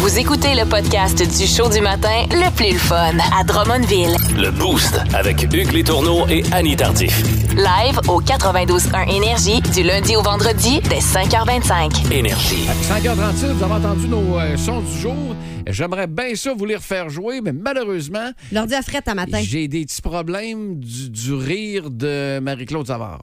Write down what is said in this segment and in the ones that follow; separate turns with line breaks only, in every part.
Vous écoutez le podcast du show du matin le plus le fun à Drummondville.
Le Boost avec Hugues Létourneau et Annie Tardif.
Live au 92.1 Énergie du lundi au vendredi dès 5h25.
Énergie.
5h36, vous avez entendu nos euh, sons du jour. J'aimerais bien ça vous les refaire jouer, mais malheureusement,
L'ordi à frette à matin.
j'ai des petits problèmes du, du rire de Marie-Claude Savard.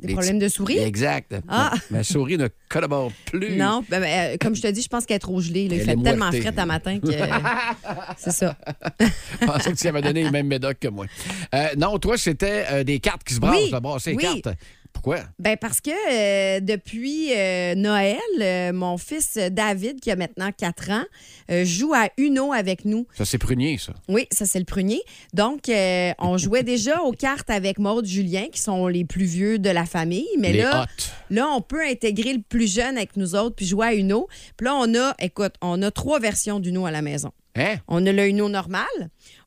Des problèmes de souris?
Exact.
Ah!
Ma, ma souris ne collabore plus.
Non, ben, ben, euh, comme je te dis, je pense qu'elle est trop gelée. là. Il
Elle
fait
est
tellement
moitée.
frette à matin que. euh, C'est ça.
Je pensais que tu avais donné les mêmes médocs que moi. Euh, non, toi, c'était euh, des cartes qui se brassent.
Oui.
là, brasser les
Oui.
cartes. Pourquoi?
Ben parce que euh, depuis euh, Noël, euh, mon fils euh, David, qui a maintenant 4 ans, euh, joue à Uno avec nous.
Ça, c'est prunier, ça.
Oui, ça, c'est le prunier. Donc, euh, on jouait déjà aux cartes avec Maude Julien, qui sont les plus vieux de la famille. Mais
les
là,
hottes.
Là, on peut intégrer le plus jeune avec nous autres puis jouer à Uno. Puis là, on a, écoute, on a trois versions d'Uno à la maison.
Hein?
On a le Uno normal,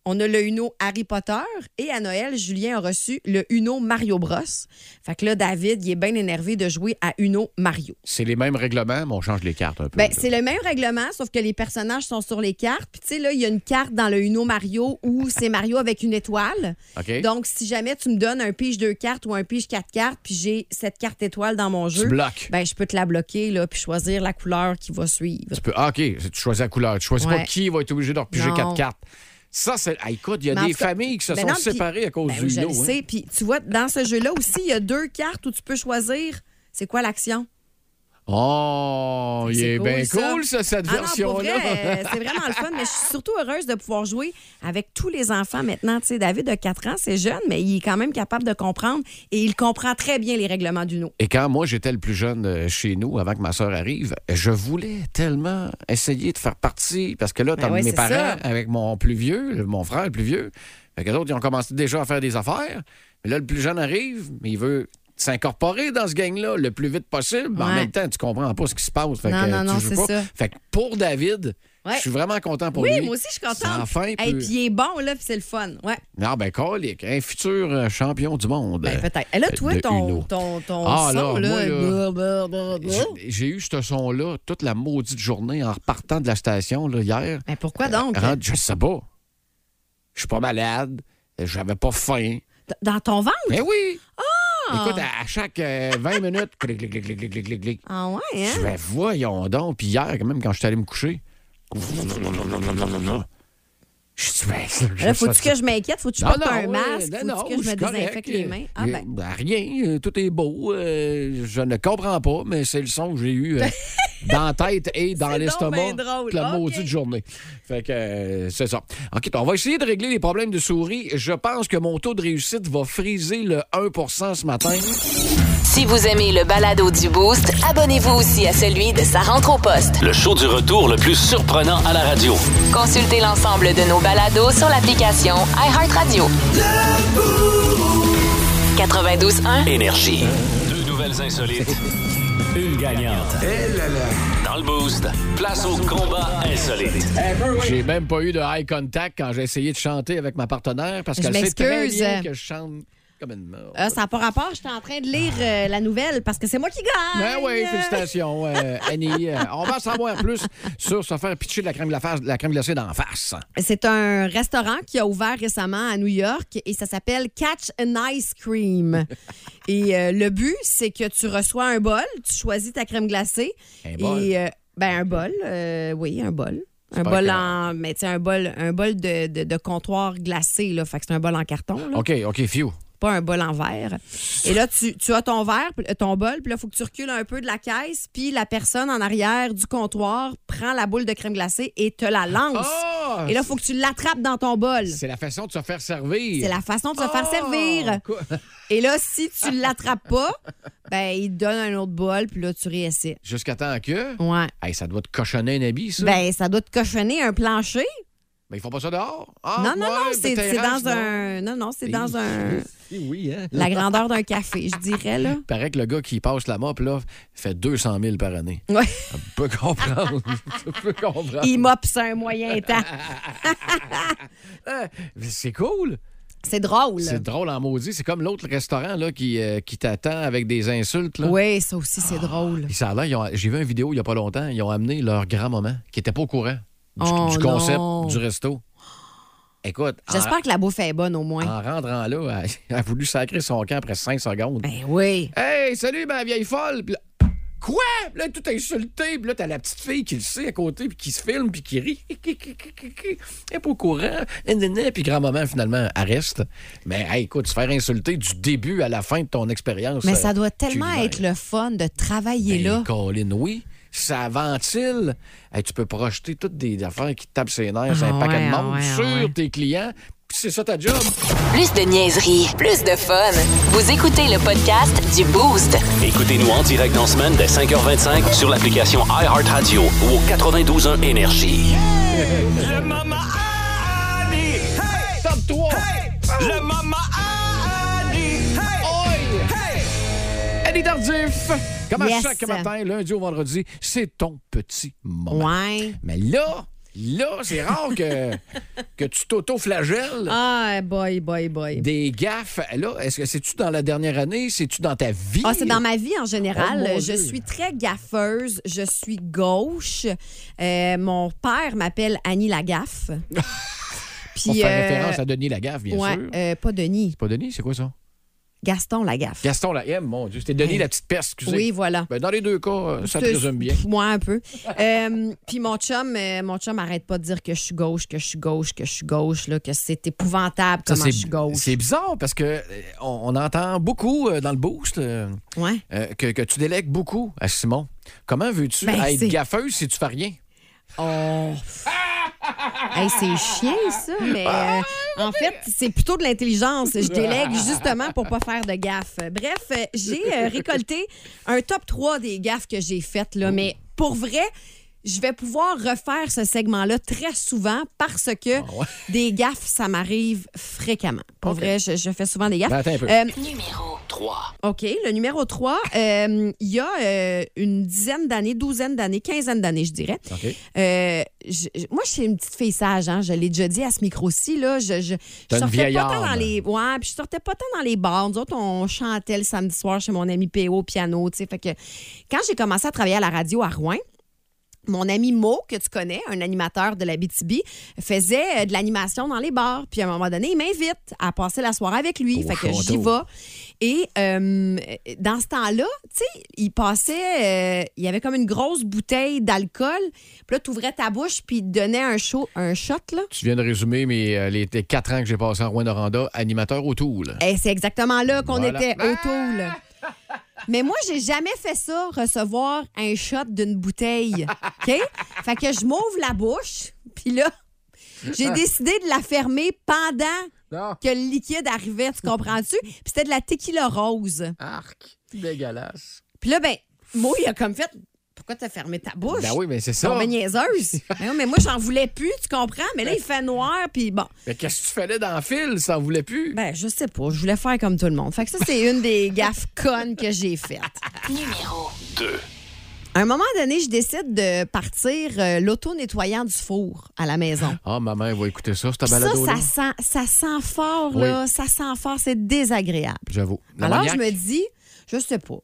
on a le Uno Harry Potter et à Noël, Julien a reçu le Uno Mario Bros. Fait que là, David, il est bien énervé de jouer à Uno Mario.
C'est les mêmes règlements, mais on change les cartes un peu.
Ben,
là.
c'est le même règlement, sauf que les personnages sont sur les cartes. Puis, tu sais, là, il y a une carte dans le Uno Mario où c'est Mario avec une étoile.
OK?
Donc, si jamais tu me donnes un pige deux cartes ou un pige quatre cartes, puis j'ai cette carte étoile dans mon
tu
jeu,
bloques.
ben, je peux te la bloquer là, puis choisir la couleur qui va suivre.
Tu peux, ah, OK, tu choisis la couleur. Tu choisis pas
Ouais.
qui va être obligé de repiger
Non.
quatre cartes. Ça, c'est. ah, écoute, il y a
Mais en
des
tout cas-
familles qui se
Ben
sont
non, puis-
séparées à cause
Ben,
du
je le
lot, hein.
sais. Puis tu vois, dans ce jeu-là aussi, il y a deux cartes où tu peux choisir. C'est quoi l'action?
Oh, il
C'est
est
cool,
bien
ça.
cool, ça, cette
Ah non, pour vrai,
version-là.
euh, c'est vraiment le fun, mais je suis surtout heureuse de pouvoir jouer avec tous les enfants maintenant. Tu sais, David a 4 ans, c'est jeune, mais il est quand même capable de comprendre et il comprend très bien les règlements du no.
Et quand moi, j'étais le plus jeune euh, chez nous, avant que ma soeur arrive, je voulais tellement essayer de faire partie. Parce que là, t'as
Ben ouais,
mes
c'est
parents
ça.
avec mon plus vieux, le- mon frère le plus vieux. Fait que les autres, ils ont commencé déjà à faire des affaires. Mais là, le plus jeune arrive, mais il veut s'incorporer dans ce gang-là le plus vite possible. Mais en
Ouais.
même temps, tu comprends pas ce qui se passe. Fait
Non,
que,
non,
euh, tu
non,
joues
c'est
pas.
ça.
Fait que pour David,
Ouais.
je suis vraiment content pour
Oui,
lui.
moi aussi, je suis contente.
Oh Enfin, il
Et
peut-
puis il est bon, là, puis c'est le fun. Ouais,
Non, ben, colique, un futur euh, champion du monde. Euh,
ben, peut-être. Et là, toi,
de
ton,
Uno.
ton, ton
Ah,
son,
là,
là,
moi, là,
blablabla.
J'ai- J'ai eu ce son-là toute la maudite journée en repartant de la station là, hier.
Ben, pourquoi donc?
Rendu- je sais pas. Je suis pas malade. J'avais pas faim.
D- Dans ton ventre?
Mais oui!
Ah!
Écoute, à, à chaque euh, 20 minutes, clic, clic, clic, clic, clic, clic, clic, clic.
Ah ouais,
Je
hein?
vais voyons donc. Puis hier, quand même, quand je suis allé me coucher, je suis
Hein? Là, faut-tu que je m'inquiète? Faut-tu que je porte un masque?
Ah non, non,
Faut-tu que je me
suis
désinfecte
correct.
les mains? Ah
Euh,
ben,
Rien, euh, tout est beau. euh, je ne comprends pas, mais c'est le son que j'ai eu euh, dans la tête et dans
C'est donc
l'estomac
ben drôle.
toute la
OK.
maudite journée. Fait que euh, c'est ça. OK, on va essayer de régler les problèmes de souris. Je pense que mon taux de réussite va friser le 1 ce matin.
Si vous aimez le balado du Boost, abonnez-vous aussi à celui de sa rentre au poste.
Le show du retour le plus surprenant à la radio.
Consultez l'ensemble de nos balados sur l'application iHeartRadio. 92.1.
Énergie. Deux nouvelles insolites. Une gagnante.
Eh
Dans le Boost, place au combat insolite.
J'ai même pas eu de eye contact quand j'ai essayé de chanter avec ma partenaire parce
Je
qu'elle sait très
m'excuse.
bien que je chante comme une merde.
euh, ça n'a pas rapport, j'étais en train de lire euh, la nouvelle parce que c'est moi qui gagne.
Ah. Ben oui,
Euh,
félicitations, euh, Annie. Euh, on va en savoir plus sur se faire pitcher de la crème, de la face, de la crème glacée d'en face.
C'est un restaurant qui a ouvert récemment à New York et ça s'appelle Catch an Ice Cream. et euh, le but, c'est que tu reçois un bol, tu choisis ta crème glacée.
Un bol?
Et, euh, ben, un bol, euh, oui, un bol. Un
pas
bol
grave.
en. Mais tu sais, un bol, un bol de, de- de comptoir glacé, là. Fait que c'est un bol en carton, là,
OK, OK, Fiu.
pas un bol en verre. Et là, tu, tu as ton verre, puis- euh, ton bol, puis là, il faut que tu recules un peu de la caisse, puis la personne en arrière du comptoir prend la boule de crème glacée et te la lance.
Ah!
Et là, il faut que tu l'attrapes dans ton bol.
C'est la façon de se faire servir.
C'est la façon de se faire
Ah!
servir.
Quoi?
Et là, si tu l'attrapes pas, ben, il te donne un autre bol, puis là, tu réessaies.
Jusqu'à temps que.
Ouais.
Hey, ça doit te cochonner un habit, ça.
Ben, ça doit te cochonner un plancher.
Mais ils font pas ça dehors. Ah,
non, non,
ouais,
non, c'est
ben,
c'est
terrasse,
dans un. Non, non, c'est dans un.
Oui, oui, hein.
La grandeur d'un café, je dirais, là.
Il paraît que le gars qui passe la mop, là, fait 200 000 par année.
Ouais.
On peut comprendre. On peut comprendre.
Il mop, c'est un moyen temps.
Euh, mais C'est cool.
C'est drôle.
C'est drôle en maudit. C'est comme l'autre restaurant là, qui, euh, qui t'attend avec des insultes. Là.
Oui, ça aussi, c'est drôle.
Et ça a l'air, ils ont- j'ai vu une vidéo il n'y a pas longtemps, ils ont amené leur grand-maman qui n'était pas au courant du,
Oh
du concept
non.
du resto. Écoute, en-
J'espère que la bouffe est bonne, au
en,
moins.
rentrant là, elle, elle a voulu sacrer son camp après 5 secondes.
Ben oui.
Hey, salut ma vieille folle! Puis là, quoi? Puis là, tout insulté. Puis là, t'as la petite fille qui le sait à côté, puis qui se filme, puis qui rit. Elle est pas au courant. Nanana. Puis grand-maman, finalement, elle reste. Mais hey, écoute, se faire insulter du début à la fin de ton expérience.
Mais
euh,
ça doit tellement
culinaire.
être le fun de travailler
Ben,
là.
Colin, oui. Ça ventile. Hey, tu peux projeter toutes des affaires qui te tapent ses nerfs, c'est
Ah
un paquet
ouais,
de
ah
monde
ouais, ah
sur
ouais.
tes clients. Puis c'est ça ta job.
Plus de niaiserie, plus de fun. Vous écoutez le podcast du Boost.
Écoutez-nous en direct dans la semaine dès 5h25 sur l'application iHeartRadio ou au 92.1 Énergie.
Le Mama Ali, hey,
Top 3.
hey, le Mama Ali, hey, hey.
Annie Tardif. Comme
Yes.
à chaque matin, lundi au vendredi, c'est ton petit moment.
Ouais.
Mais là, là, c'est rare que, que tu t'auto-flagelles.
Ah, boy, boy, boy.
Des gaffes, là, est-ce que c'est-tu dans la dernière année? C'est-tu dans ta vie?
Ah, c'est dans ma vie en
Oh,
général.
mon
je
Dieu.
suis très gaffeuse, je suis gauche. Euh, mon père m'appelle Annie Lagaffe. Puis,
Pour faire
euh,
référence à Denis Lagaffe, bien
ouais,
sûr.
euh, pas Denis,
Pas Denis, c'est quoi ça?
Gaston Lagaffe.
Gaston la M, mon Dieu. C'était Denis
Hey.
la petite peste, excusez.
oui, voilà.
Ben, dans les deux cas, euh, ça te
C'est-
résume bien.
Pff, Moi, un peu. Euh, Puis mon chum, euh, mon chum arrête pas de dire que je suis gauche, que je suis gauche, que je suis gauche, là, que c'est épouvantable
Ça,
comment
c'est-
je suis gauche.
C'est bizarre parce que euh, on, on entend beaucoup euh, dans le boost euh,
Ouais.
euh, que, que tu délègues beaucoup à Simon. Comment veux-tu
Ben,
être
c'est-
gaffeuse si tu fais rien?
Oh. Hey, c'est chiant, ça, mais
Ah,
euh, en fait, c'est plutôt de l'intelligence. Je délègue justement pour pas faire de gaffes. Bref, euh, j'ai euh, récolté un top 3 des gaffes que j'ai faites, là, mais pour vrai. Je vais pouvoir refaire ce segment-là très souvent parce que
Ah, ouais.
des gaffes, ça m'arrive fréquemment. Pour
Ok.
vrai, je, je fais souvent des gaffes.
Ben, attends un peu.
Euh,
Numéro
3.
OK, le numéro 3, il y a euh, une dizaine d'années, douzaine d'années, quinzaine d'années, je dirais.
OK.
Euh, je- je- moi, je suis une petite fille sage, hein. Je l'ai déjà dit à ce micro-ci, là. Je, je, je
T'as une
sortais
vieille
pas tant dans
âme.
les. Ouais, puis je sortais pas tant dans les bars. Nous autres, on chantait le samedi soir chez mon ami PO au piano, tu sais. Fait que quand j'ai commencé à travailler à la radio à Rouen, mon ami Mo, que tu connais, un animateur de la BTB, faisait euh, de l'animation dans les bars. Puis à un moment donné, il m'invite à passer la soirée avec lui.
Au
fait que
château.
j'y vais. Et euh, dans ce temps-là, tu sais, il passait, euh, il y avait comme une grosse bouteille d'alcool. Puis là, tu ouvrais ta bouche, puis il te donnait un, show, un shot, là.
Tu viens de résumer mes, euh, les, les quatre ans que j'ai passé en Rwanda, animateur au Toul.
Et c'est exactement là qu'on
Voilà. Ah!
était, au Toul. Mais moi, j'ai jamais fait ça, recevoir un shot d'une bouteille. OK? Fait que je m'ouvre la bouche, puis là, j'ai
Ah!
décidé de la fermer pendant
Non.
que le liquide arrivait, tu comprends-tu? Puis c'était de la tequila rose.
Arc, dégueulasse.
Puis là, ben, moi, il a comme fait Pourquoi t'as fermé ta bouche?
Ben oui, mais c'est ça.
Non, mais niaiseuse. Ben oui, mais moi, j'en voulais plus, tu comprends? Mais là, il fait noir, puis bon.
Mais qu'est-ce que tu fallais dans le fil si t'en voulais plus?
Ben, je sais pas. Je voulais faire comme tout le monde. Fait que ça, c'est une des gaffes connes que j'ai faites.
Numéro
À un moment donné, je décide de partir euh, l'auto-nettoyant du four à la maison.
Ah, maman, elle va écouter ça, cette
Puis Ça,
balado
ça sent, ça sent fort, là. Ça sent fort. C'est désagréable.
J'avoue. La
Alors,
maniaque.
je me dis, je sais pas.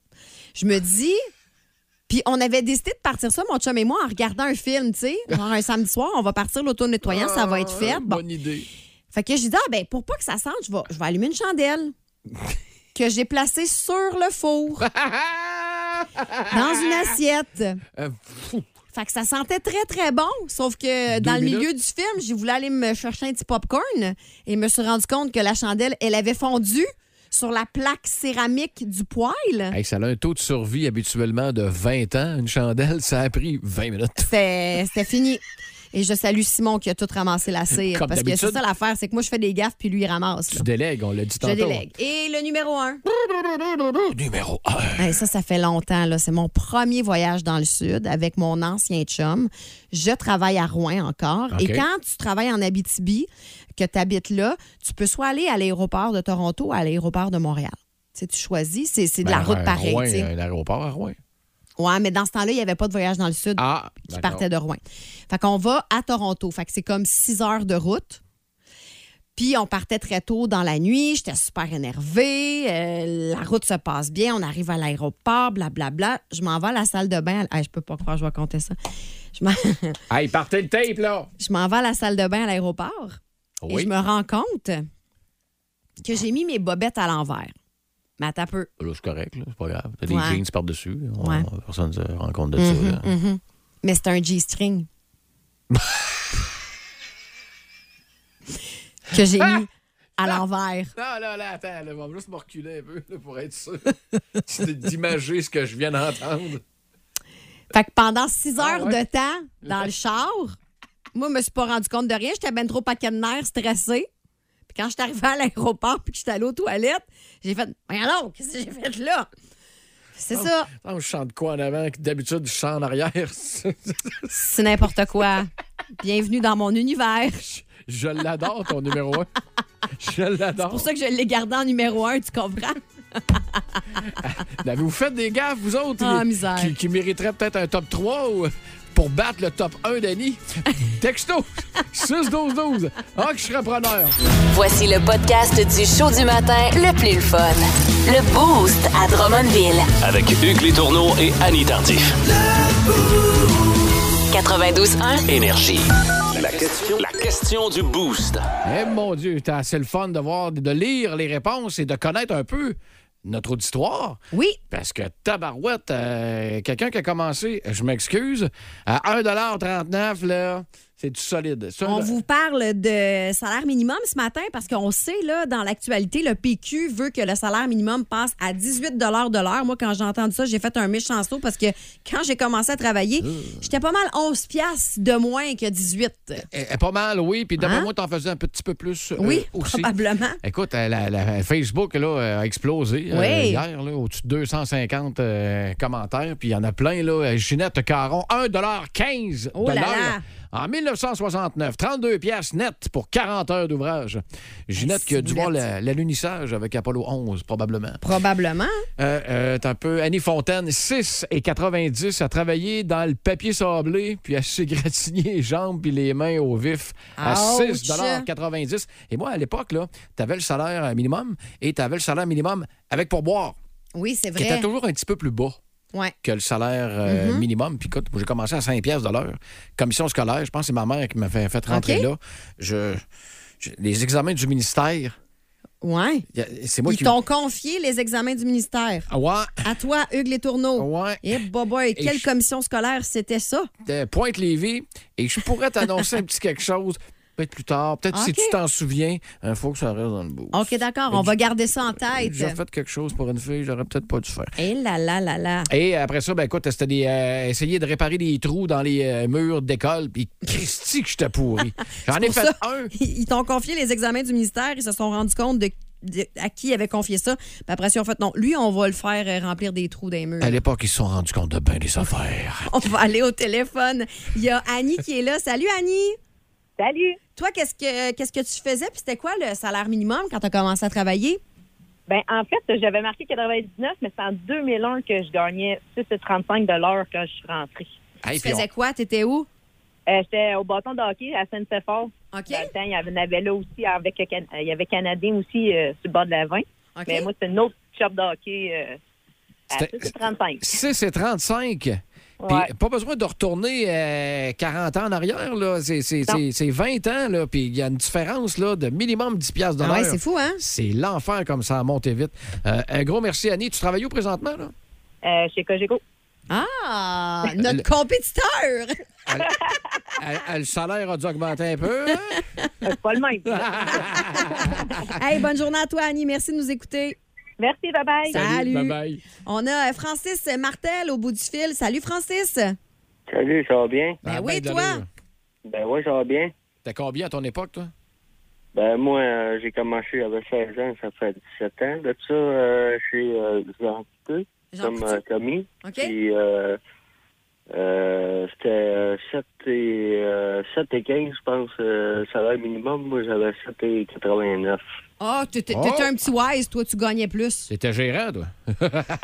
Je me dis, puis on avait décidé de partir ça, mon chum et moi, en regardant un film, tu sais. Genre un samedi soir, on va partir l'auto-nettoyant, ça va être fait. Bon.
Euh, Bonne idée.
Fait que j'ai dit, ah, ben, pour pas que ça sente, je vais, je vais allumer une chandelle que j'ai placée sur le four,
Ah,
dans une assiette.
Euh, fou.
Fait que ça sentait très, très bon. Sauf que dans le
minutes.
milieu du film, j'ai voulu aller me chercher un petit popcorn et me suis rendu compte que la chandelle, elle avait fondu sur la plaque céramique du poêle.
Hey, ça a un taux de survie habituellement de 20 ans. Une chandelle, ça a pris 20 minutes.
C'était c'était fini. Et je salue Simon qui a tout ramassé la cire.
Comme
parce que c'est
d'habitude.
ça l'affaire, c'est que moi, je fais des gaffes, puis lui, il ramasse. là.
Tu délègues, on l'a dit
Je
tantôt.
délègue. Et le numéro un.
Numéro 1.
Hey, ça, ça fait longtemps. là. C'est mon premier voyage dans le Sud avec mon ancien chum. Je travaille à Rouen encore.
OK.
Et quand tu travailles en Abitibi, que tu habites là, tu peux soit aller à l'aéroport de Toronto ou à l'aéroport de Montréal. Tu sais, tu choisis, c'est c'est de
Ben,
la route pareille. tu
euh,
sais.
L'aéroport à Rouen.
Ouais, mais dans ce temps-là, il n'y avait pas de voyage dans le Sud
Ah,
qui partait de Rouen. Fait qu'on va à Toronto. Fait que c'est comme six heures de route. Puis on partait très tôt dans la nuit. J'étais super énervée. Euh, la route se passe bien. On arrive à l'aéroport, blablabla. Je m'en vais à la salle de bain. Ah, je peux pas croire, je vais compter ça. Je m'en,
Ah, il partait le tape, là.
je m'en vais à la salle de bain à l'aéroport. Et
Oui.
je me rends compte que j'ai mis mes bobettes à l'envers. Mais attends un peu.
Là, c'est correct, là. C'est pas grave. T'as
Ouais.
des jeans par-dessus. On-
Ouais. Mm-hmm,
Personne ne se rend compte de ça. là.
Mais c'est un G-string. que j'ai mis à l'envers.
Non, là, là, attends, là, on va juste me reculer un peu là, pour être sûr C'est d'imager ce que je viens d'entendre.
Fait que pendant six heures
ouais?
de temps dans le char, moi, je me suis pas rendu compte de rien. J'étais ben trop paquet de nerfs, stressée. Puis quand je suis arrivée à l'aéroport puis que j'étais allée aux toilettes, j'ai fait « Voyons donc, qu'est-ce que j'ai fait là? » C'est ça,
Ah, je chante quoi en avant? que D'habitude, je chante en arrière.
c'est n'importe quoi. Bienvenue dans mon univers. C'est
je l'adore, ton numéro un. Je l'adore.
pour ça que je l'ai gardé en numéro un, tu comprends?
Là, Ben, Vous faites des gaffes, vous autres,
Ah,
qui-
misère.
qui, qui mériteraient peut-être un top 3 ou- pour battre le top 1 d'Annie. Texto 6-12-12. Ah, que je serais preneur.
Voici le podcast du show du matin le plus le fun. Le Boost à Drummondville.
Avec Hugues Létourneau et Annie Tardif.
92.1.
Énergie. La question, la question du boost.
Eh mon Dieu, t'as assez le fun de voir, de lire les réponses et de connaître un peu notre auditoire.
Oui,
Parce que tabarouette, euh, quelqu'un qui a commencé, je m'excuse, à 1,39 là, c'est du solide. Ça,
On
là,
vous parle de salaire minimum ce matin parce qu'on sait, là, dans l'actualité, le PQ veut que le salaire minimum passe à 18 de l'heure. Moi, quand j'ai entendu ça, j'ai fait un méchant saut parce que quand j'ai commencé à travailler,
Euh.
j'étais pas mal 11 piastres de moins que 18.
elle- elle est pas mal, oui. Puis d'après
Hein?
moi, t'en faisais un petit peu plus euh,
Oui,
aussi.
probablement.
Écoute, euh, la, la- Facebook là, a explosé euh,
Oui.
hier, là, au-dessus de 250 euh, commentaires. Puis il y en a plein. Là, Euh, Ginette Caron, 1,15
Oh
de
là là.
l'heure en 1969. 32 pièces nettes pour 40 heures d'ouvrage. Ginette
Ah,
qui a
c'est
dû
vrai,
voir
ça.
la- l'alunissage avec Apollo 11, probablement.
Probablement.
Euh, euh, t'as un peu Annie Fontaine, 6 et 90, a travaillé dans le papier sablé, puis a s'égratigné les jambes puis les mains au vif à
Ouch!
6,90 Et moi, à l'époque, là, t'avais le salaire euh, minimum et t'avais le salaire minimum avec pourboire,
Oui, c'est
qui était
vrai. Mm-hmm.
toujours un petit peu plus bas
Ouais.
que le salaire euh, minimum. Puis écoute, moi, j'ai commencé à 5 pièces de l'heure. Commission scolaire, je pense que c'est ma mère qui m'a fait, fait rentrer
OK.
là. Je, je- les examens du ministère,
Ouais.
y a- c'est moi
Ils
qui...
t'ont confié les examens du ministère.
Ah Ouais,
À toi, Hugues Les Tourneaux.
ouais.
Et boy, quelle
je-
commission scolaire c'était ça?
de Pointe-Lévis et je pourrais t'annoncer un petit quelque chose peut-être plus tard, peut-être si
Ok.
tu t'en souviens, il faut que ça reste dans le bout.
OK, d'accord, on va garder ça en tête.
J'ai fait quelque chose pour une fille, j'aurais peut-être pas dû faire.
Et là là là là.
Et après ça, ben écoute, c'était des, euh, essayer de réparer des trous dans les euh, murs d'école, puis Christy que j'étais pourri. J'en ai
pour
fait
ça.
un.
Ils ils t'ont confié les examens du ministère, ils se sont rendus compte de, de- à qui ils avaient confié ça. Puis après, ils ont fait non, lui, on va le faire euh, remplir des trous des murs.
À l'époque, ils se sont rendus compte de bien des affaires.
On va aller au téléphone. Il y a Annie qui est là. Salut Annie!
Salut.
Toi, qu'est-ce que qu'est-ce que tu faisais? Puis c'était quoi le salaire minimum quand tu as commencé à travailler?
Ben, en fait, j'avais marqué 99, mais c'est en 2001 que je gagnais 6,35 de l'heure quand je suis rentrée.
Hey,
tu
puis on-
faisais quoi? T'étais où?
Euh, J'étais au bâton de hockey à Sainte-Séphore.
OK?
Dans le temps, il y en avait là aussi, avec, le Can- euh, il y avait Canadien aussi euh, sur le bord de la 20.
OK.
Mais Ben, moi, c'était une autre shop de hockey euh, à
C'était-
6,35.
6 et 35. Puis
Ouais.
pas besoin de retourner euh, 40 ans en arrière, là. C'est, c'est-
Non.
c'est- c'est 20 ans, là. Puis il y a une différence, là, de minimum 10 piastres de
Ah ouais,
l'heure.
c'est fou, hein?
C'est l'enfer comme ça a monté vite. Euh, un gros merci, Annie. Tu travailles où présentement, là?
Euh, chez Cogeco.
Ah!
Le-
Notre compétiteur!
Elle- elle- Euh, le salaire a dû augmenter un peu. hein?
Euh, C'est pas le même.
hey, bonne journée à toi, Annie. Merci de nous écouter.
Merci, bye-bye.
Salut.
Bye-bye.
On a euh, Francis Martel au bout du fil. Salut, Francis!
Salut, ça va bien?
Ben
Ah,
oui,
de
toi.
l'allure.
Ben ouais, ça va bien.
T'as combien à ton époque, toi?
Ben moi, euh, j'ai commencé avec 16 ans, ça fait 17 ans. De ça, euh, chez euh, Jean Coutu,
Jean
comme
Coutu.
euh, Tommy.
OK.
Puis, euh, euh, c'était euh, 7 et, euh, 7 et 15, je pense, euh, salaire minimum. Moi, j'avais 7 et 89.
Ah, t'es- t'es- t'étais un petit wise, toi, tu gagnais plus.
T'étais gérant, toi?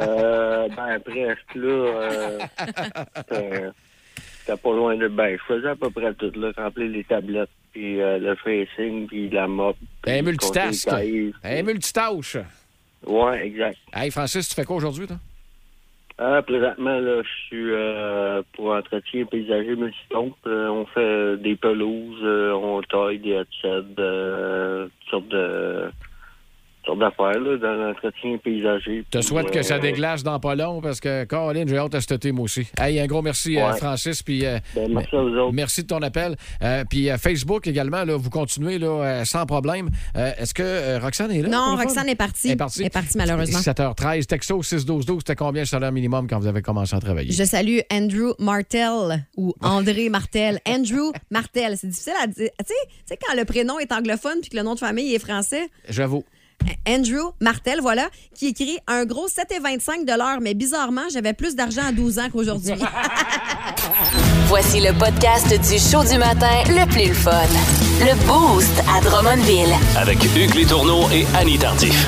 euh, ben, presque, là, euh, c'était- c'était pas loin de... Ben, je faisais à peu près tout, là, remplir les tablettes, puis euh, le facing, puis la mop. puis
Un Ben, multitask. Ben,
compter les cahiers.
Un multitâche.
Ouais, exact.
Hey, Francis, tu fais quoi aujourd'hui, toi?
Ah, présentement, là, je suis euh, pour entretien paysager multitompe. Euh, on fait des pelouses, euh, on taille des hatchets, euh, toutes sortes de toutes sortes d'affaires là, dans l'entretien paysager. euh,
Te souhaite que ça déglace dans pas long parce que, Caroline, j'ai hâte à ce team aussi. Hey, un gros merci, euh,
Ouais.
Francis, puis euh,
Ben, merci à vous autres.
merci de ton appel. Euh, puis euh, Facebook également, là, vous continuez là, euh, sans problème. Euh, Est-ce que euh, Roxane est là? au
Non,
téléphone?
Roxane est partie.
Elle est partie.
Elle est partie, malheureusement.
7h13, texto 6-12-12, c'était combien le salaire minimum quand vous avez commencé à travailler?
Je salue Andrew Martel ou André Martel. Andrew Martel, c'est difficile à dire. Tu sais, tu sais, quand le prénom est anglophone puis que le nom de famille est français,
J'avoue.
Andrew Martel, voilà, qui écrit un gros 7,25 dollars, mais bizarrement, j'avais plus d'argent à 12 ans qu'aujourd'hui.
Oh
Voici le podcast du show du matin le plus le fun. Le Boost à Drummondville.
Avec Hugues Létourneau et Annie Tardif.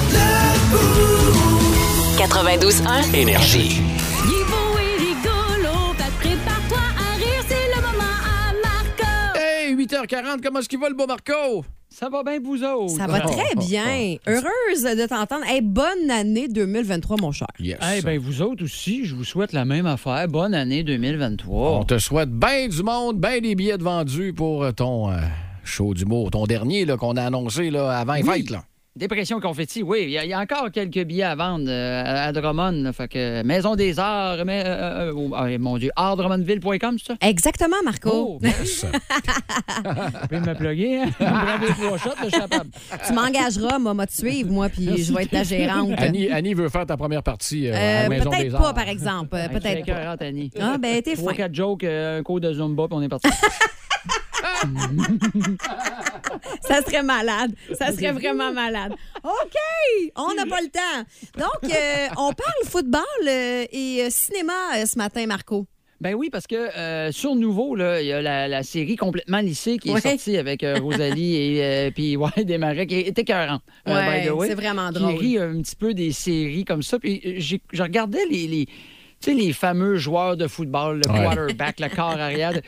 92.1.
Énergie.
Il est beau et rigolo, fait que prépare-toi à rire, c'est le moment à Marco.
Hey, 8h40, comment est-ce qu'il va le beau Marco?
Ça va bien, vous autres? Ah.
Ça va très
Oh,
bien. Heureuse de t'entendre. Hey, bonne année 2023, mon cher.
Yes.
Eh bien, vous autres aussi, je vous souhaite la même affaire. Bonne année 2023.
On te souhaite bien du monde, bien des billets de vendus pour euh, ton euh, show d'humour, ton dernier là, qu'on a annoncé là, avant les fêtes. Là.
Dépression confetti, oui. Il y, a- il y a encore quelques billets à vendre euh, à à Drummond. là. fait que Maison des Arts, mais, euh, euh, oh, ah, mon Dieu, artdrummondville.com, c'est ça?
Exactement, Marco.
Oh, yes. Vous pouvez me plugger, hein? Bravo, trois shots, là, je suis capable.
Tu m'engageras, moi, moi, te suivre, moi, puis je vais être ta gérante.
Annie, Annie veut faire ta première partie euh, à
Euh,
la Maison des
peut-être pas,
Arts.
par exemple. Euh,
Hey, tu fais
Peut-être pas.
écœurante, Annie.
Ah, ben, t'es
Trois,
fin.
quatre jokes, euh, un cours de Zumba, puis on est parti.
Ça serait malade. Ça serait vraiment malade. OK! On n'a pas le temps. Donc, euh, on parle football euh, et euh, cinéma euh, ce matin, Marco.
Ben oui, parce que euh, sur Nouveau, là, il y a la, la série complètement lycée qui
Ouais.
est sortie avec euh, Rosalie et euh, puis ouais, Desmarais, qui est écœurante. euh,
Ouais,
by the way,
c'est vraiment
qui
drôle.
rit un petit peu des séries comme ça. Puis euh, j'ai- je regardais les, les, tu sais, les fameux joueurs de football, le
Ouais.
quarterback, le corps arrière. de-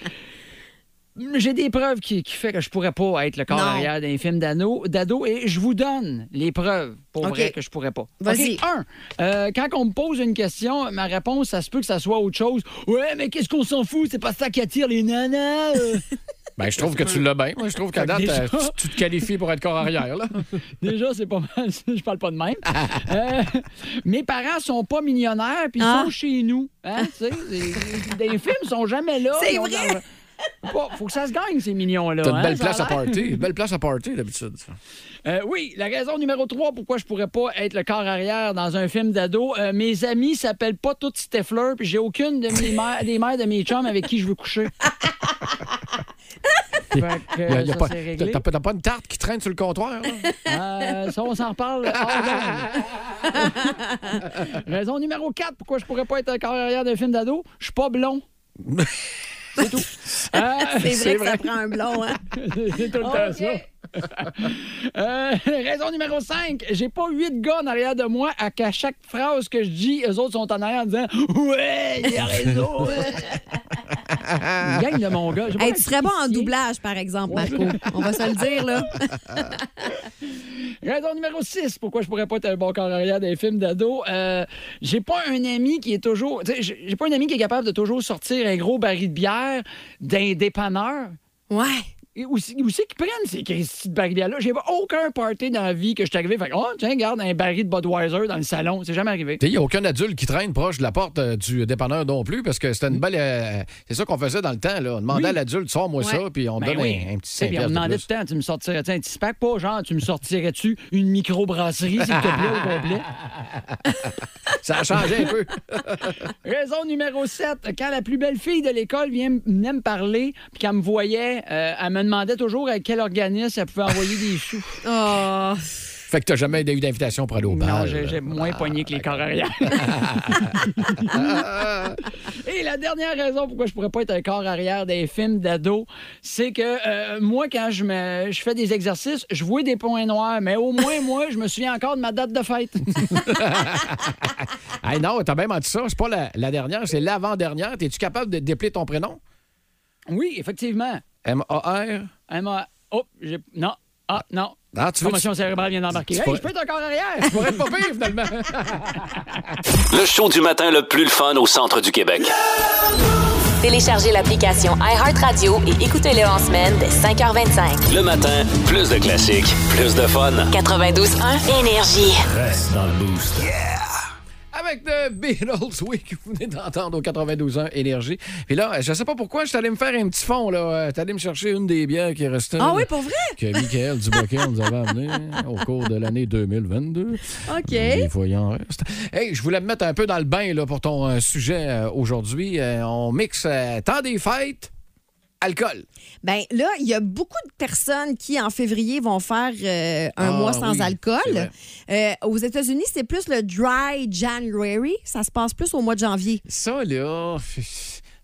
J'ai des preuves qui, qui fait que je pourrais pas être le corps
Non.
arrière d'un film d'ano- d'ado et je vous donne les preuves pour
OK.
vrai que je pourrais pas.
Vas-y.
OK, un, euh, quand on me pose une question, ma réponse, ça se peut que ça soit autre chose. Ouais, mais qu'est-ce qu'on s'en fout? C'est pas ça qui attire les nanas. euh.
Ben, je trouve que tu l'as bien. Moi, je trouve qu'à date,
Déjà.
euh, tu, tu te qualifies pour être corps arrière. Là.
Déjà, c'est pas mal. Je parle pas de même. Euh, mes parents sont pas millionnaires, puis ils
Ah.
sont chez nous. Hein, tu sais, c'est- les films sont jamais là.
C'est
Ils ont-
vrai.
Pas- faut que ça se gagne, ces millions-là.
T'as une
hein,
belle
ça
place
a
à
l'air.
party. Une belle place à party, d'habitude. ça.
Euh, oui, la raison numéro 3 pourquoi je pourrais pas être le corps arrière dans un film d'ado, euh, mes amis s'appellent pas toutes Steffler, puis j'ai aucune de mes mères, des mères de mes chums avec qui je veux coucher. fait que,
Y a- y a
ça,
pas-
c'est
t'as-
réglé.
T'as pas- t'as pas une tarte qui traîne sur le comptoir? là?
Euh, ça, on s'en reparle. hors d'onde. raison numéro 4 pourquoi je pourrais pas être le corps arrière d'un film d'ado, je suis pas blond. C'est tout. Euh,
C'est vrai, que ça prend un blond. Hein?
C'est tout le temps ça. Euh, raison numéro 5, j'ai pas huit gars en arrière de moi à qu'à chaque phrase que je dis, eux autres sont en arrière en disant Ouais, il y a raison. ouais. Une gang de mon gars. J'ai pas
Hey, tu serais bon en
expliqué.
doublage, par exemple, Marco. On va se le dire, là.
Raison numéro 6, pourquoi je pourrais pas être un bon corps arrière des films d'ado. euh, j'ai pas un ami qui est toujours. tu sais, J'ai j'ai pas un ami qui est capable de toujours sortir un gros baril de bière d'un dépanneur.
Ouais.
Et Où, c'est- où c'est qu'ils prennent ces Christy de barils-là? J'ai pas aucun party dans la vie que je suis arrivé. Fait que, oh, tiens, regarde, un baril de Budweiser dans le salon. C'est jamais arrivé.
Il n'y a aucun adulte qui traîne proche de la porte euh, du dépanneur non plus, parce que c'était une belle. euh, c'est ça qu'on faisait dans le temps, là. On demandait
Mm. Oui.
à l'adulte, sors-moi ça, puis on
Ben
donne
oui.
un, un petit
Tu sais,
5
puis on demandait tout le temps, tu me sortirais tu un petit pack, pas genre, tu me sortirais-tu une microbrasserie, s'il te plaît, au complet?
Ça a changé un peu.
Raison numéro 7. Quand la plus belle fille de l'école vient m- venait me parler, puis qu'elle me voyait, euh, elle me demandait toujours à quel organisme elle pouvait envoyer des sous.
Oh.
Fait que t'as jamais eu d'invitation pour aller au
Non,
bal. Ah,
j'ai j'ai moins pogné que les corps arrière. Et la dernière raison pourquoi je pourrais pas être un corps arrière des films d'ado, c'est que euh, moi, quand je, me, je fais des exercices, je vois des points noirs, mais au moins, moi, je me souviens encore de ma date de fête.
Hey, non, t'as bien menti ça. C'est pas la, la dernière, c'est l'avant-dernière. Es-tu capable de déplier ton prénom?
oui, effectivement.
M-A-R.
Emma, oh, j'ai- non, ah, non.
Ah, tu veux-
Commotion cérébrale vient d'embarquer.
Tu
Hey,
pourrais-
je peux être un corps arrière!
Tu pourrais être pas pire, finalement.
Le show du matin le plus le fun au centre du Québec.
Téléchargez l'application iHeartRadio et écoutez-le en semaine dès 5h25.
Le matin, plus de classiques, plus de fun.
92.1 Énergie.
Reste dans le boost.
Avec The Beatles, oui, que vous venez d'entendre au 92 ans Énergie. Puis là, je sais pas pourquoi, je suis allé me faire un petit fond, là. Euh, T'es allé me chercher une des bières qui est restée.
Ah oui, pour vrai?
Que Michael Duboquet nous avait amené au cours de l'année 2022.
OK.
Les voyants restent. Hey, je voulais me mettre un peu dans le bain, là, pour ton euh, sujet euh, aujourd'hui. Euh, on mixe euh, temps des fêtes, alcool.
Ben là, il y a beaucoup de personnes qui, en février, vont faire euh, un
Ah,
mois sans
oui, c'est
alcool.
vrai.
Euh, aux États-Unis, c'est plus le dry January. Ça se passe plus au mois de janvier.
Ça, là,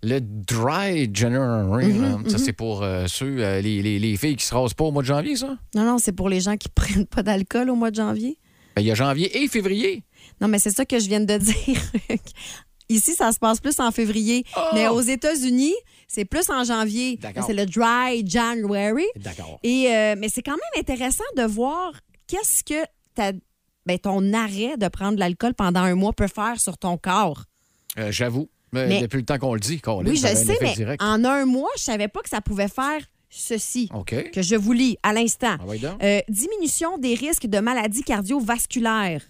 le dry January, hein,
Mhm,
ça, c'est pour euh, ceux, euh, les, les- les filles qui se rasent pas au mois de janvier, ça?
Non, non, c'est pour les gens qui prennent pas d'alcool au mois de janvier.
Ben, Il y a janvier et février.
Non, mais c'est ça que je viens de dire. Ici, ça se passe plus en février. Mais aux États-Unis, c'est plus en janvier.
Oh! D'accord.
C'est le dry January.
D'accord.
Et, euh, mais c'est quand même intéressant de voir qu'est-ce que ta- ben, ton arrêt de prendre de l'alcool pendant un mois peut faire sur ton corps.
Euh, J'avoue. Mais,
Mais-
depuis le temps qu'on le dit, qu'on
oui,
ça
je
avait un
sais,
effet
mais
direct.
en un mois, je savais pas que ça pouvait faire ceci.
OK.
Que je vous lis à l'instant.
Ah, ouais, donc.
Euh, diminution des risques de maladies cardiovasculaires.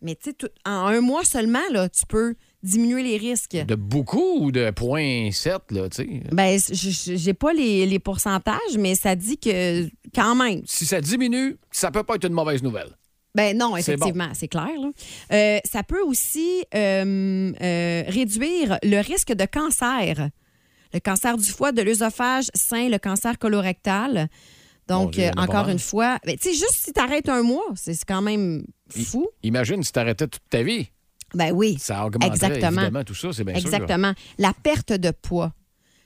Mais tu sais, tout- en un mois seulement, là, tu peux diminuer les risques.
De beaucoup ou de 0.7, là, tu sais.
Ben, c- je- je- j'ai pas les, les pourcentages, mais ça dit que quand même.
Si ça diminue, ça peut pas être une mauvaise nouvelle.
Ben non,
C'est bon.
effectivement, c'est clair. là. Euh, ça peut aussi euh, euh, réduire le risque de cancer. Le cancer du foie, de l'œsophage sain, le cancer colorectal.
Mon
Donc,
Dieu,
euh,
il y en a pas
encore
mal.
une fois, ben, tu sais, juste si tu arrêtes un mois, c'est c'est quand même fou.
Imagine si t'arrêtais toute ta vie.
Ben oui.
Ça augmenterait
Exactement.
évidemment tout ça, c'est bien sûr.
Exactement. La perte de poids.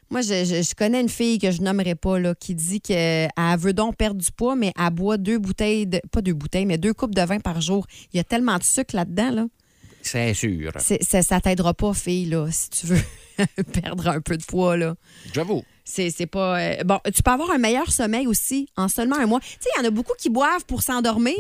Moi, je, je- je connais une fille que je nommerai pas, là, qui dit qu'elle veut donc perdre du poids, mais elle boit deux bouteilles, de- pas deux bouteilles, mais deux coupes de vin par jour. Il y a tellement de sucre là-dedans, là.
C'est sûr.
C'est- ça, ça t'aidera pas, fille, là, si tu veux perdre un peu de poids, là.
J'avoue.
C'est c'est pas. euh, bon, tu peux avoir un meilleur sommeil aussi en seulement un mois. Tu sais, il y en a beaucoup qui boivent pour s'endormir,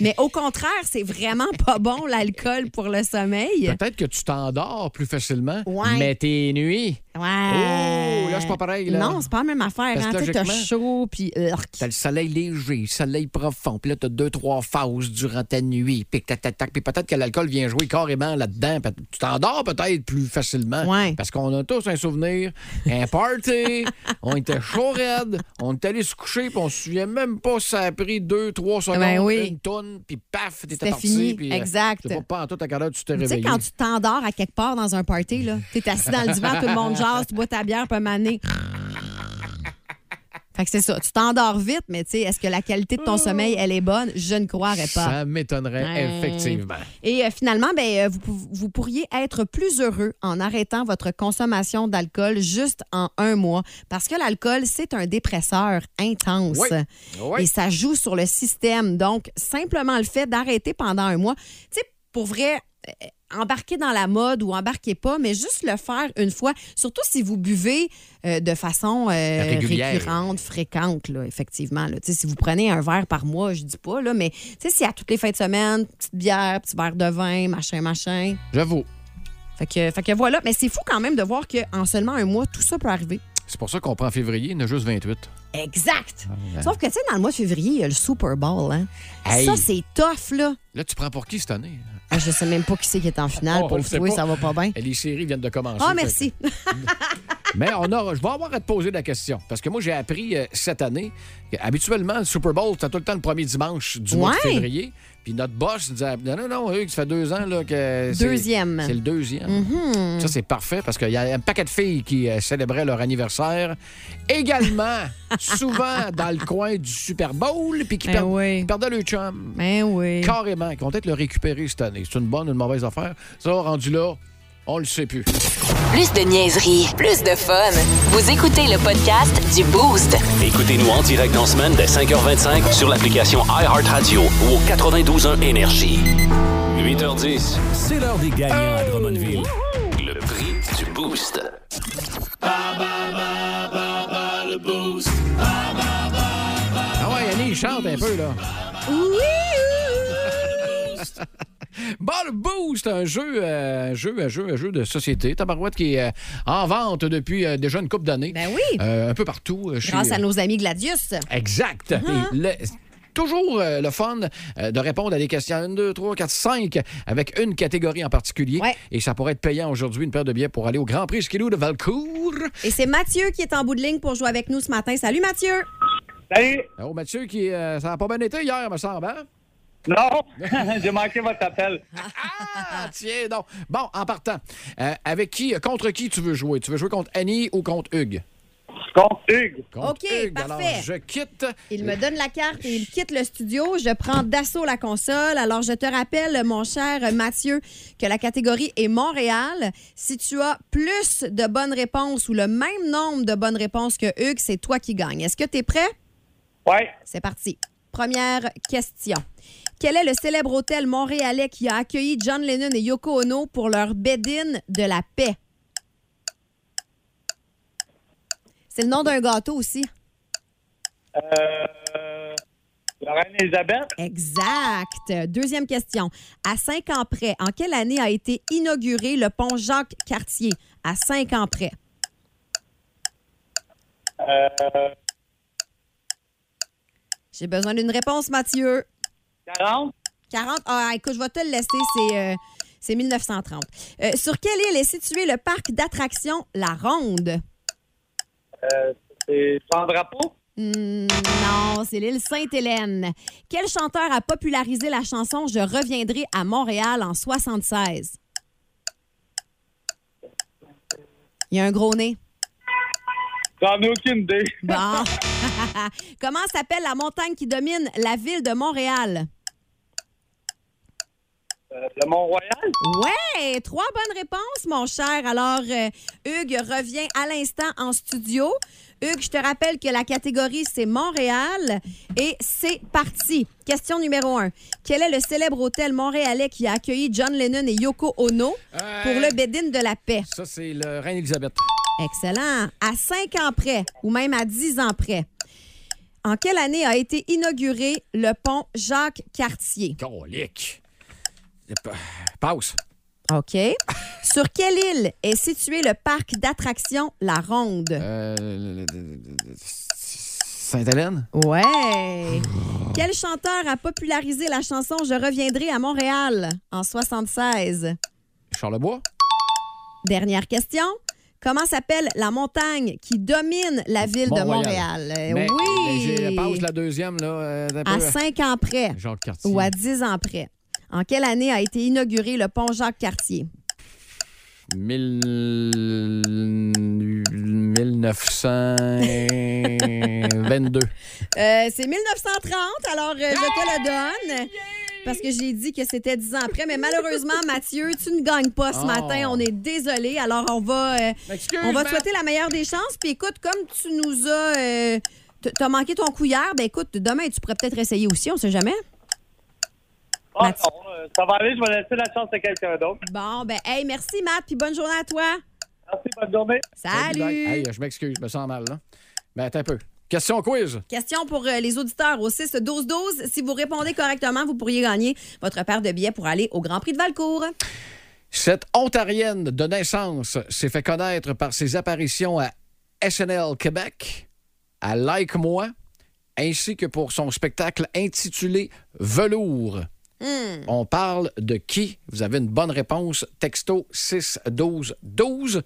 mais au contraire, c'est vraiment pas bon l'alcool pour le sommeil.
Peut-être que tu t'endors plus facilement,
Ouais.
mais tes nuits,
Ouais.
Oh, là, c'est pas pareil, là.
Non, c'est pas la même affaire.
Parce
hein.
que
Tu sais, T'as
logiquement-
chaud, puis. euh, urk.
t'as le soleil léger, le soleil profond, puis là, t'as deux, trois phases durant ta nuit, puis tac, tac, tac, puis peut-être que l'alcool vient jouer carrément là-dedans. puis Tu t'endors peut-être plus facilement.
Ouais.
Parce qu'on a tous un souvenir, un party, on était chaud raide, on est allé se coucher, puis on se souvient même pas si ça a pris deux, trois secondes,
Ben oui.
une tonne, puis paf, t'étais
C'était
parti.
fini,
puis, euh,
exact.
Je sais pas, pas en tout à quelle heure tu t'es
Tu sais,
réveillé.
quand tu t'endors à quelque part dans un party, là, t'es assis dans le divan, tout le monde jase, tu bois ta bière, pas maner. Fait que c'est ça. Tu t'endors vite, mais tu sais, est-ce que la qualité de ton sommeil, elle est bonne? Je ne croirais pas.
Ça m'étonnerait,
Ouais.
effectivement.
Et euh, finalement, ben, euh, vous, pou- vous pourriez être plus heureux en arrêtant votre consommation d'alcool juste en un mois parce que l'alcool, c'est un dépresseur intense.
Oui. Oui.
Et ça joue sur le système. Donc, simplement le fait d'arrêter pendant un mois, tu sais, pour vrai, euh, embarquer dans la mode ou embarquer pas, mais juste le faire une fois, surtout si vous buvez euh, de façon euh,
Régulière.
récurrente, fréquente, là, effectivement. là. Tu sais, si vous prenez un verre par mois, je dis pas, là, mais tu sais, si à toutes les fins de semaine, petite bière, petit verre de vin, machin, machin.
J'avoue.
Fait que, fait que voilà. Mais c'est fou quand même de voir qu'en seulement un mois, tout ça peut arriver.
C'est pour ça qu'on prend février, il y en a juste 28.
Exact.
Ah, ouais.
Sauf que, tu sais, dans le mois de février, il y a le Super Bowl. Hein.
Hey.
Ça, c'est tough, là.
Là, tu prends pour qui cette année?
Ah, je sais même pas qui c'est qui est en finale
Oh, on
pour
le
le
sait
trouver,
pas.
ça va pas bien.
Les séries viennent de commencer.
Ah,
fait que-
merci.
Mais on aura, je vais avoir à te poser la question. Parce que moi, j'ai appris euh, cette année habituellement, le Super Bowl, c'est tout le temps le premier dimanche du mois de
Ouais.
février. Puis notre boss disait Non, non, non, eux, ça fait deux ans là, que. c'est-
Deuxième.
C'est le deuxième.
Mhm.
Ça, c'est parfait parce qu'il y a un paquet de filles qui euh, célébraient leur anniversaire. Également, souvent dans le coin du Super Bowl, puis qui
Ben
per-
oui.
qui perdaient le chum.
Ben oui.
Carrément. Ils vont peut-être le récupérer cette année. C'est une bonne ou une mauvaise affaire. Ça, rendu là, on le sait plus.
Plus de niaiserie, plus de fun. Vous écoutez le podcast du Boost.
Écoutez-nous en direct dans la semaine dès 5h25 sur l'application iHeartRadio ou au 92.1 Énergie. 8h10, c'est l'heure des gagnants à Drummondville. Le prix du Boost.
Ah ouais, Yannick, il chante un peu, là. Bon, le Boost, un jeu, euh, un jeu, un jeu, un jeu de société. Tabarouette qui est euh, en vente depuis euh, déjà une couple d'années.
Ben oui.
Euh, un peu partout. euh, chez-
Grâce à nos Uh-huh. amis Gladius.
Exact. Et le- Toujours euh, le fun euh, de répondre à des questions 1, 2, 3, 4, 5 avec une catégorie en particulier. Et ça pourrait être payant aujourd'hui, une paire de billets pour aller au Grand Prix Skidoo de Valcourt.
Et c'est Mathieu qui est en bout de ligne pour jouer avec nous ce matin. Salut, Mathieu.
Salut.
Oh, Mathieu, qui, euh, ça n'a pas bien été hier, me semble. hein?
Non, j'ai manqué votre appel.
Ah, tiens donc. Bon, en partant, euh, avec qui, euh, contre qui tu veux jouer? Tu veux jouer contre Annie ou contre Hugues?
Contre Hugues.
OK, parfait.
Alors, je quitte.
Il me donne la carte et il quitte le studio. Je prends d'assaut la console. Alors, je te rappelle, mon cher Mathieu, que la catégorie est Montréal. Si tu as plus de bonnes réponses ou le même nombre de bonnes réponses que Hugues, c'est toi qui gagnes. Est-ce que tu es prêt?
Oui.
C'est parti. Première question. Quel est le célèbre hôtel montréalais qui a accueilli John Lennon et Yoko Ono pour leur bed-in de la paix? C'est le nom d'un gâteau aussi.
Euh, la reine Elisabeth,
Exact. Deuxième question. À cinq ans près, en quelle année a été inauguré le pont Jacques-Cartier? À cinq ans près.
euh,
J'ai besoin d'une réponse, Mathieu.
40.
40? Ah, écoute, je vais te le laisser. C'est, euh, c'est 1930. Euh, sur quelle île est situé le parc d'attractions La Ronde?
euh, c'est sans drapeau.
Hmm, non, c'est l'île Sainte-Hélène. Quel chanteur a popularisé la chanson Je reviendrai à Montréal en 76? Il y a un gros nez.
J'en ai aucune idée.
Bon. Comment s'appelle la montagne qui domine la ville de Montréal?
Euh, le Mont-Royal.
Ouais, trois bonnes réponses, mon cher. Alors, euh, Hugues revient à l'instant en studio. Hugues, je te rappelle que la catégorie, c'est Montréal. Et c'est parti. Question numéro un. Quel est le célèbre hôtel montréalais qui a accueilli John Lennon et Yoko Ono pour le Bédine de la paix?
Euh, Ça, c'est le Reine Elisabeth.
Excellent. À cinq ans près, ou même à dix ans près, en quelle année a été inauguré le pont Jacques-Cartier?
Colique. Y a pas- Pause.
OK. Sur quelle île est situé le parc d'attractions La Ronde?
Euh, le- le- le- le- Sainte-Hélène?
Ouais. Quel chanteur a popularisé la chanson Je reviendrai à Montréal en 76?
Charlebois?
Dernière question. Comment s'appelle la montagne qui domine la ville de Montréal? Euh,
Mais- mais
oui.
j'ai- Pause la deuxième, là. euh, un
À
peu.
5 ans près.
Jacques Cartier.
Ou à 10 ans près. En quelle année a été inauguré le pont Jacques-Cartier?
1922.
Euh, c'est 1930, alors euh, je te le donne. Parce que j'ai dit que c'était 10 ans après, mais malheureusement, Mathieu, tu ne gagnes pas ce
Oh.
matin. On est désolé. Alors, on va, euh,
Excuse,
on va
Matt.
te souhaiter la meilleure des chances. Puis écoute, comme tu nous as. euh, t- T'as manqué ton coup hier, ben écoute, demain, tu pourrais peut-être essayer aussi, on sait jamais.
Ah, non, euh, ça va aller, je vais laisser la chance à quelqu'un d'autre.
Bon, ben, hey, merci, Matt, puis bonne journée à toi.
Merci, bonne journée.
Salut!
bye. Hey, je m'excuse, je me sens mal, là. Mais attends un peu. Question quiz.
Question pour euh, les auditeurs au 6-12-12. Si vous répondez correctement, vous pourriez gagner votre paire de billets pour aller au Grand Prix de Valcourt.
Cette Ontarienne de naissance s'est fait connaître par ses apparitions à SNL Québec à Like Moi, ainsi que pour son spectacle intitulé Velours.
Hmm.
On parle de qui? Vous avez une bonne réponse. Texto 6 12 12.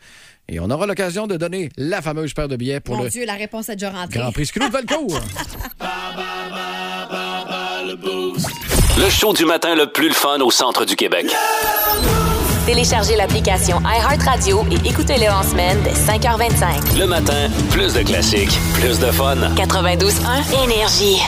Et on aura l'occasion de donner la fameuse paire de billets pour
Mon
le
Dieu, la réponse est déjà rentrée.
Grand Prix Scrooge Valcourt.
Le show du matin le plus le fun au centre du Québec.
Téléchargez l'application iHeartRadio et écoutez-le en semaine dès 5h25.
Le matin, plus de classiques, plus de fun.
92.1 Énergie.